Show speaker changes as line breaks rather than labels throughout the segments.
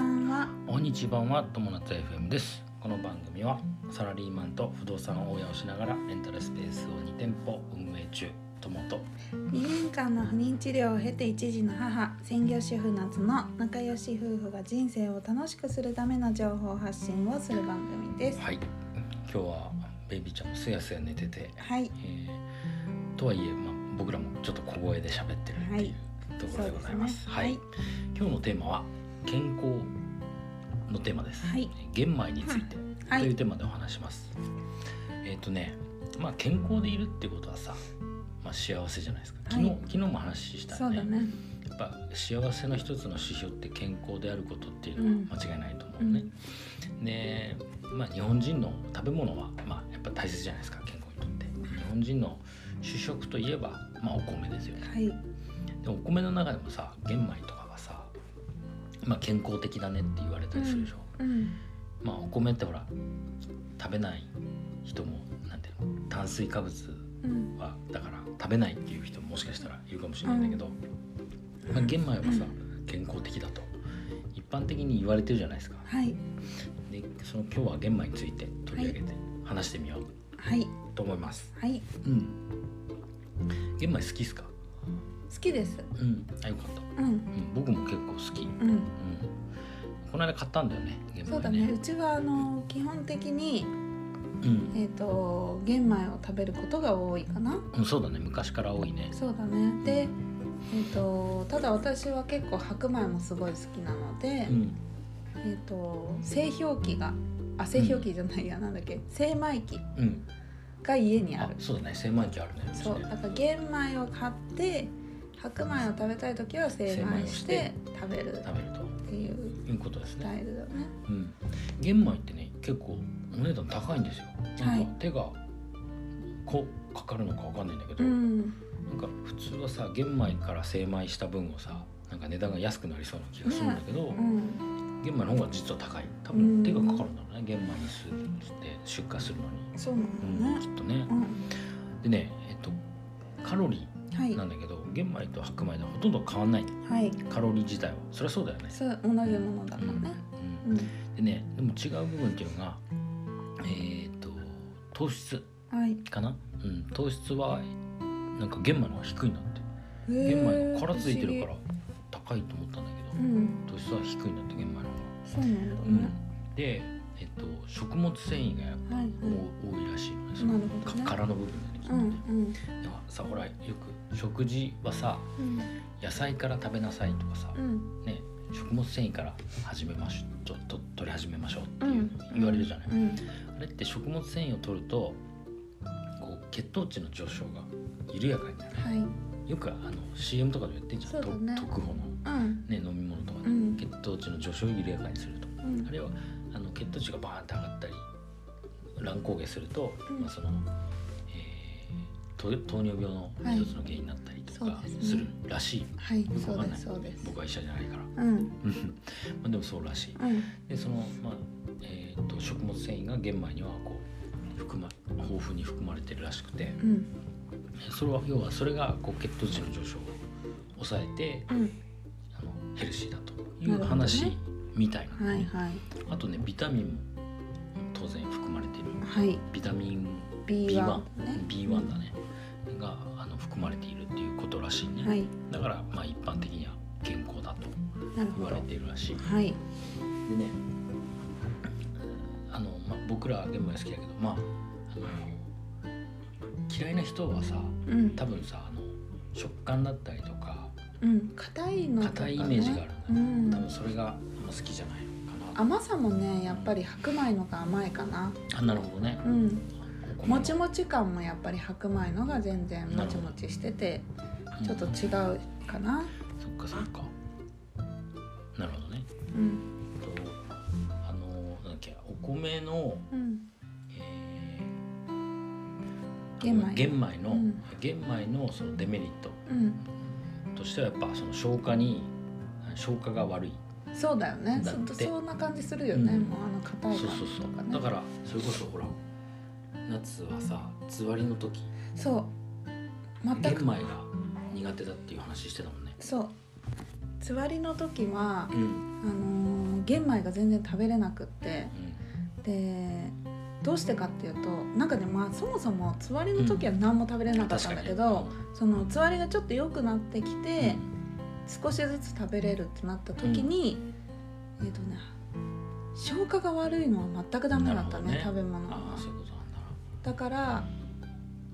んにちは友達 FM ですこの番組はサラリーマンと不動産を親をしながらレンタルスペースを2店舗運営中友と
2年間の不妊治療を経て一児の母専業主婦夏の仲良し夫婦が人生を楽しくするための情報発信をする番組です。
はい今日はベイビーちゃんもすやすや寝てて、
はい、
えーとはいえ、まあ、僕らもちょっと小声で喋ってるっていうところでございます,、
は
はいい
そうで
今日のテーマは健康のテーマです、
はい
玄米について
は
という
い、
テーマでお話します。えっ、とね、まあ健康でいるってことはさ、まあ幸せじゃないですか。昨日、
はい
昨日も話した
そう
ね
だね。
やっぱ幸せの一つの指標って健康であることっていう
うん
のは間違いないと思うのね。で、まあ日本人の食べ物はまあやっぱ大切じゃないですか。健康にとって。日本人の主食といえばまあお米ですよね。
はい、
でお米の中でもさ、玄米とかはさ、まあ健康的だねって言われたりするでしょ。
うん、
まあお米ってほら食べない人もなんていうの炭水化物
うん、
はだから食べないっていう人ももしかしたらいるかもしれないんだけど、まあ、玄米はさ健康的だと一般的に言われてるじゃないですか
はい、
でその今日は玄米について取り上げて話してみよう
はい、
と思います、
はい、
うん玄米好きっすか
好きです。
うんあよかった、
うん、
うん、僕も結構好き、うん、
うん、
この間買ったんだよね玄米ね
そうだね。うちはあの基本的に
うん
えっ、と玄米を食べることが多いかな。
うん、そうだね昔から多いね
そうだね。で、えっ、とただ私は結構白米もすごい好きなので。
うん
えー、と製氷機があ製氷機じゃないや、なんだっけ精米機
うん
が家にあ
あ
る
そうだね精米機あるね
そうだから玄米を買って白米を食べたい時は精米して食べる
食べる
っていう
ということです
ス
ね、
タイルだね
うん、玄米ってね結構お値段高いんですよな
は
ん
い
か手がこうかかるのかわかんないんだけ
う
ど、
ん
なんか普通はさ玄米から精米した分をさなんか値段が安くなりそうな気がするんだけど、
うん
玄米の方が実は高い多
う
分
ん
手がかかるんだろうね玄米にするって出荷するのに、
そうな
う
ん
ん
だ
き
ね
っとね
うん、
でねえっとカロリ
はい
ーなんだけど玄米と白米ではほとんど変わんない
はい
カロリー自体はそりゃそうだよね
そう同じものだからね
うん
うん、
でねでも違う部分っていうのがえっ、と糖質
はい
かな、うん、糖質はなんか玄米の方が低いんだって玄
玄
米が殻ついてるから高いと思ったんだ
う
けど、
ん
糖質は低いんだって玄米の方が、
そうなんだ
う
ね、
ん、で、えっと食物繊維が
はいはい
多いらしいよねそ
な
の
るほどね
か殻の部分だねきっと
うん
ねでもさほらよく食事はさ
うん
野菜から食べなさいとかさ、
うん
ね、食物繊維から始めましょうちょっと取り始めましょうって
う
いうん言われるじゃない、
うん
あれって食物繊維を取るとこう血糖値の上昇が緩やかになる
はい
よくあの CM とかで言ってんじゃん、
そうだ
と
ね
特保の、
うん
ね、飲み物とかで、
うん
血糖値の上昇を緩やかにすると
うん
あれはあの血糖値がバーンって上がったり乱高下すると、
うん
まあ、その、えー糖糖尿病の一つの原因になったりと
は
か
いそうですね
するらしい、
はい
よく
そ
わ
う
かん
で
ない
すそうです
僕は医者じゃないから
うん
うんまあでもそうらしい
うん
でその、まあえー、と食物繊維が玄米にはこう含ま豊富に含まれてるらしくて
うん
それは要はそれがこう血糖値の上昇を抑えて
うん
あのヘルシーだとい
な
う
るほどね
話みたいな
はいはい
あとねビタミンも当然含まれてる
はい
ビタミン
B1 ね
B1 だねがあの含まれているっていうことらしいね、
はい
だからまあ一般的には健康だと
なるほ
言わ
ど
れているらしい
はい
でねあの、まあ、僕ら玄米好きだけどまああの嫌いな人はさ
うん
多分さあの食感だったりとか
うん硬いのとか
硬いイメージがある
う
のよ多
ん
分それがあんま好きじゃないのかな
甘さもねやっぱり白米のが甘いかな
あなるほどね
うん
お米
もちもち感もやっぱり白米のが全然
な
も
る
ち
ほど
もちしてて
うん
ちょっと違うかな
そっかそっかなるほどね
うん
とあのなんだっけお米の、
うん
えー
玄米
玄米の、
うん
玄米のそのデメリット
うん
としてはやっぱその消化に消化が悪い、
そうだよね
だ
そ
って
そんな感じするよね
うん
もうあの硬
そう
い
そう
感じ
そ
とか
う
ね
だからそれこそほら夏はさつわりの時
そう
玄
全く
米が苦手だっていう話してたもんね
そうつわりの時は
うんうん
あのー玄米が全然食べれなくってでどうしてかっていうとなんかねまあそもそもつわりの時は何も食べれなかったんだけど、そのつわりがちょっと良くなってき
うん
て、少しずつ食べれるってなった時に、えっ、とね消化が悪いのは全くダメだったね
なるほ
食べ
ど
物が
ああそういうことなんだ
だから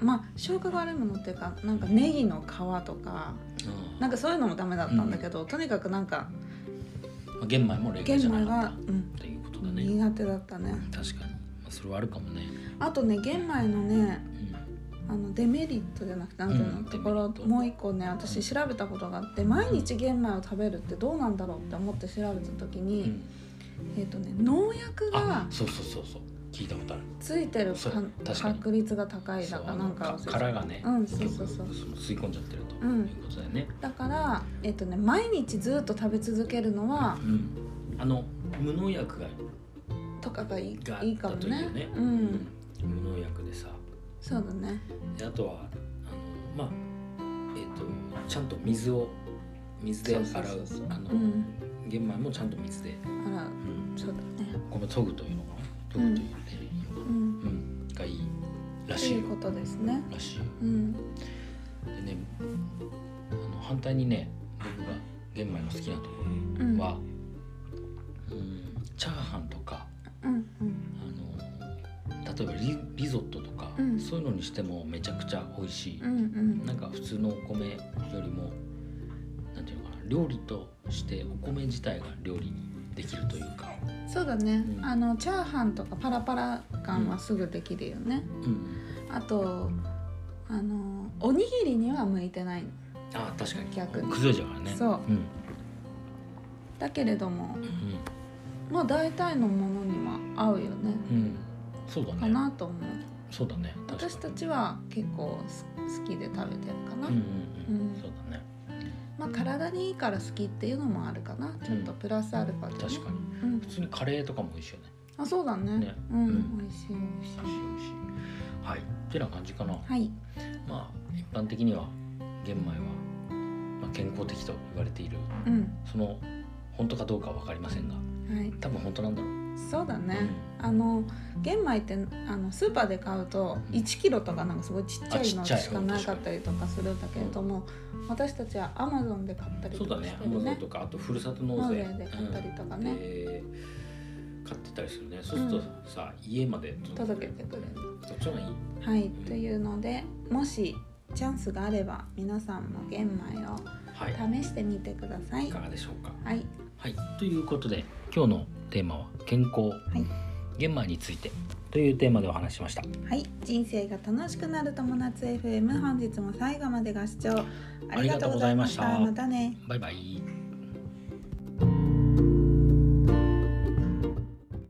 まあ消化が悪いものっていうかなんかネギの皮とか
うん
なんかそういうのもダメだったんだけど、とにかくなんか
まあ玄米も例外
玄
じゃ
米
なか
が
っ、
うん、
たということだね
苦手だったね
確かに、まあ、それはあるかもね、
あとね玄米のね
うん、
あのデメリットじゃなくてなんていうの、
うん
ところ
デメリット
もう一個ね私調べたことがあって毎日玄米を食べるってどうなんだろうって思って調べた時
う
に、
ん、
えっ、とね農薬
あ
が
そうそうそうそう聞いたことある
ついてるか
そう確かに
確率が高いだ
そう
か
あ
な
の
んか忘れちゃった
殻がね、
うんそうそうそう
結局吸い込んじゃってると
う
い
ん
うことだよね、
だからえっ、とね毎日ずっと食べ続けるのは
うん、あの無農薬が
とかがいい
があ
いい
っ
か
た
も
とい
ね
うね
うん、
無農薬でさ
そうだね
であとはあのまあえっ、とちゃんと水を水で洗う
そうそうそうそう
あの、
うん
玄米もちゃんと水で、
あら
うん、
そうだね
この研ぐというのかな研ぐというっていうのかな
うん
うん、がいいら
と
しい
いう
よ
ことですね
らしいよ
うん
でねあの反対にね僕が玄米の好きなとこ
うん
ろは、うん、チャーハンとか
うんうん
あの例えばリリゾットとか、
うん
そういうのにしてもめちゃくちゃ美味しい、
うんうん
なんか普通のお米よりもなんていうのかな料理としてお米自体が料理にできるというか、
そうだね、
うん
あのチャーハンとかパラパラ感はすぐできるよね、
うん、
あとあのおにぎりには向いてないの
あ確かに
逆に
崩れちゃうからね
そう
うん
だけれども
うん
まあ大体のものには合うよね
うん、そうだ
か
ね
なと思う
そうだね確かに
私たちは結構す好きで食べてるかな、
うんうんう
うん
んそうだね
まあ体にいいから好きっていうのもあるかなちょっとプラスアルファで、ね、
確かに
うん
普通にカレーとかも美味しいよね
あそうだね
ね
うん、
うん
美味しい美味しい
美味しい美味しいはいってな感じかな
はい
まあ一般的には玄米は、まあ、健康的と言われている
うん
その本当かどうかは分かりませんが
はい
多分本当なんだろう、
そうだね、あの玄米ってあのスーパーで買うと
うん
1キロとかなんかすごいちっちゃ
あ
い
ちっ
の
ちゃい
しかなかったりとかするんだけれども、私たちはアマゾンで買った
うん、
り
そ
と
う
か
だ
し
ねア
てる
マゾン
ね
とかあとふるさと
納
納
税
税
で買ったりとかね
うんで買ってたりするねそうするとさ、家まで
届けてくれる
そっちの方がいい
はいというのでもしチャンスがあれば皆さんも玄米を
はい、
試してみてくださ
い
い
かがでしょうか
はい
はい、ということで今日のテーマは健康、
い
玄米についてというテーマでお話ししました
はい、人生が楽しくなる友達 FM 本日も最後までご視聴ありがとうございました
ありがとうござ
また
いました
ね
バイバイ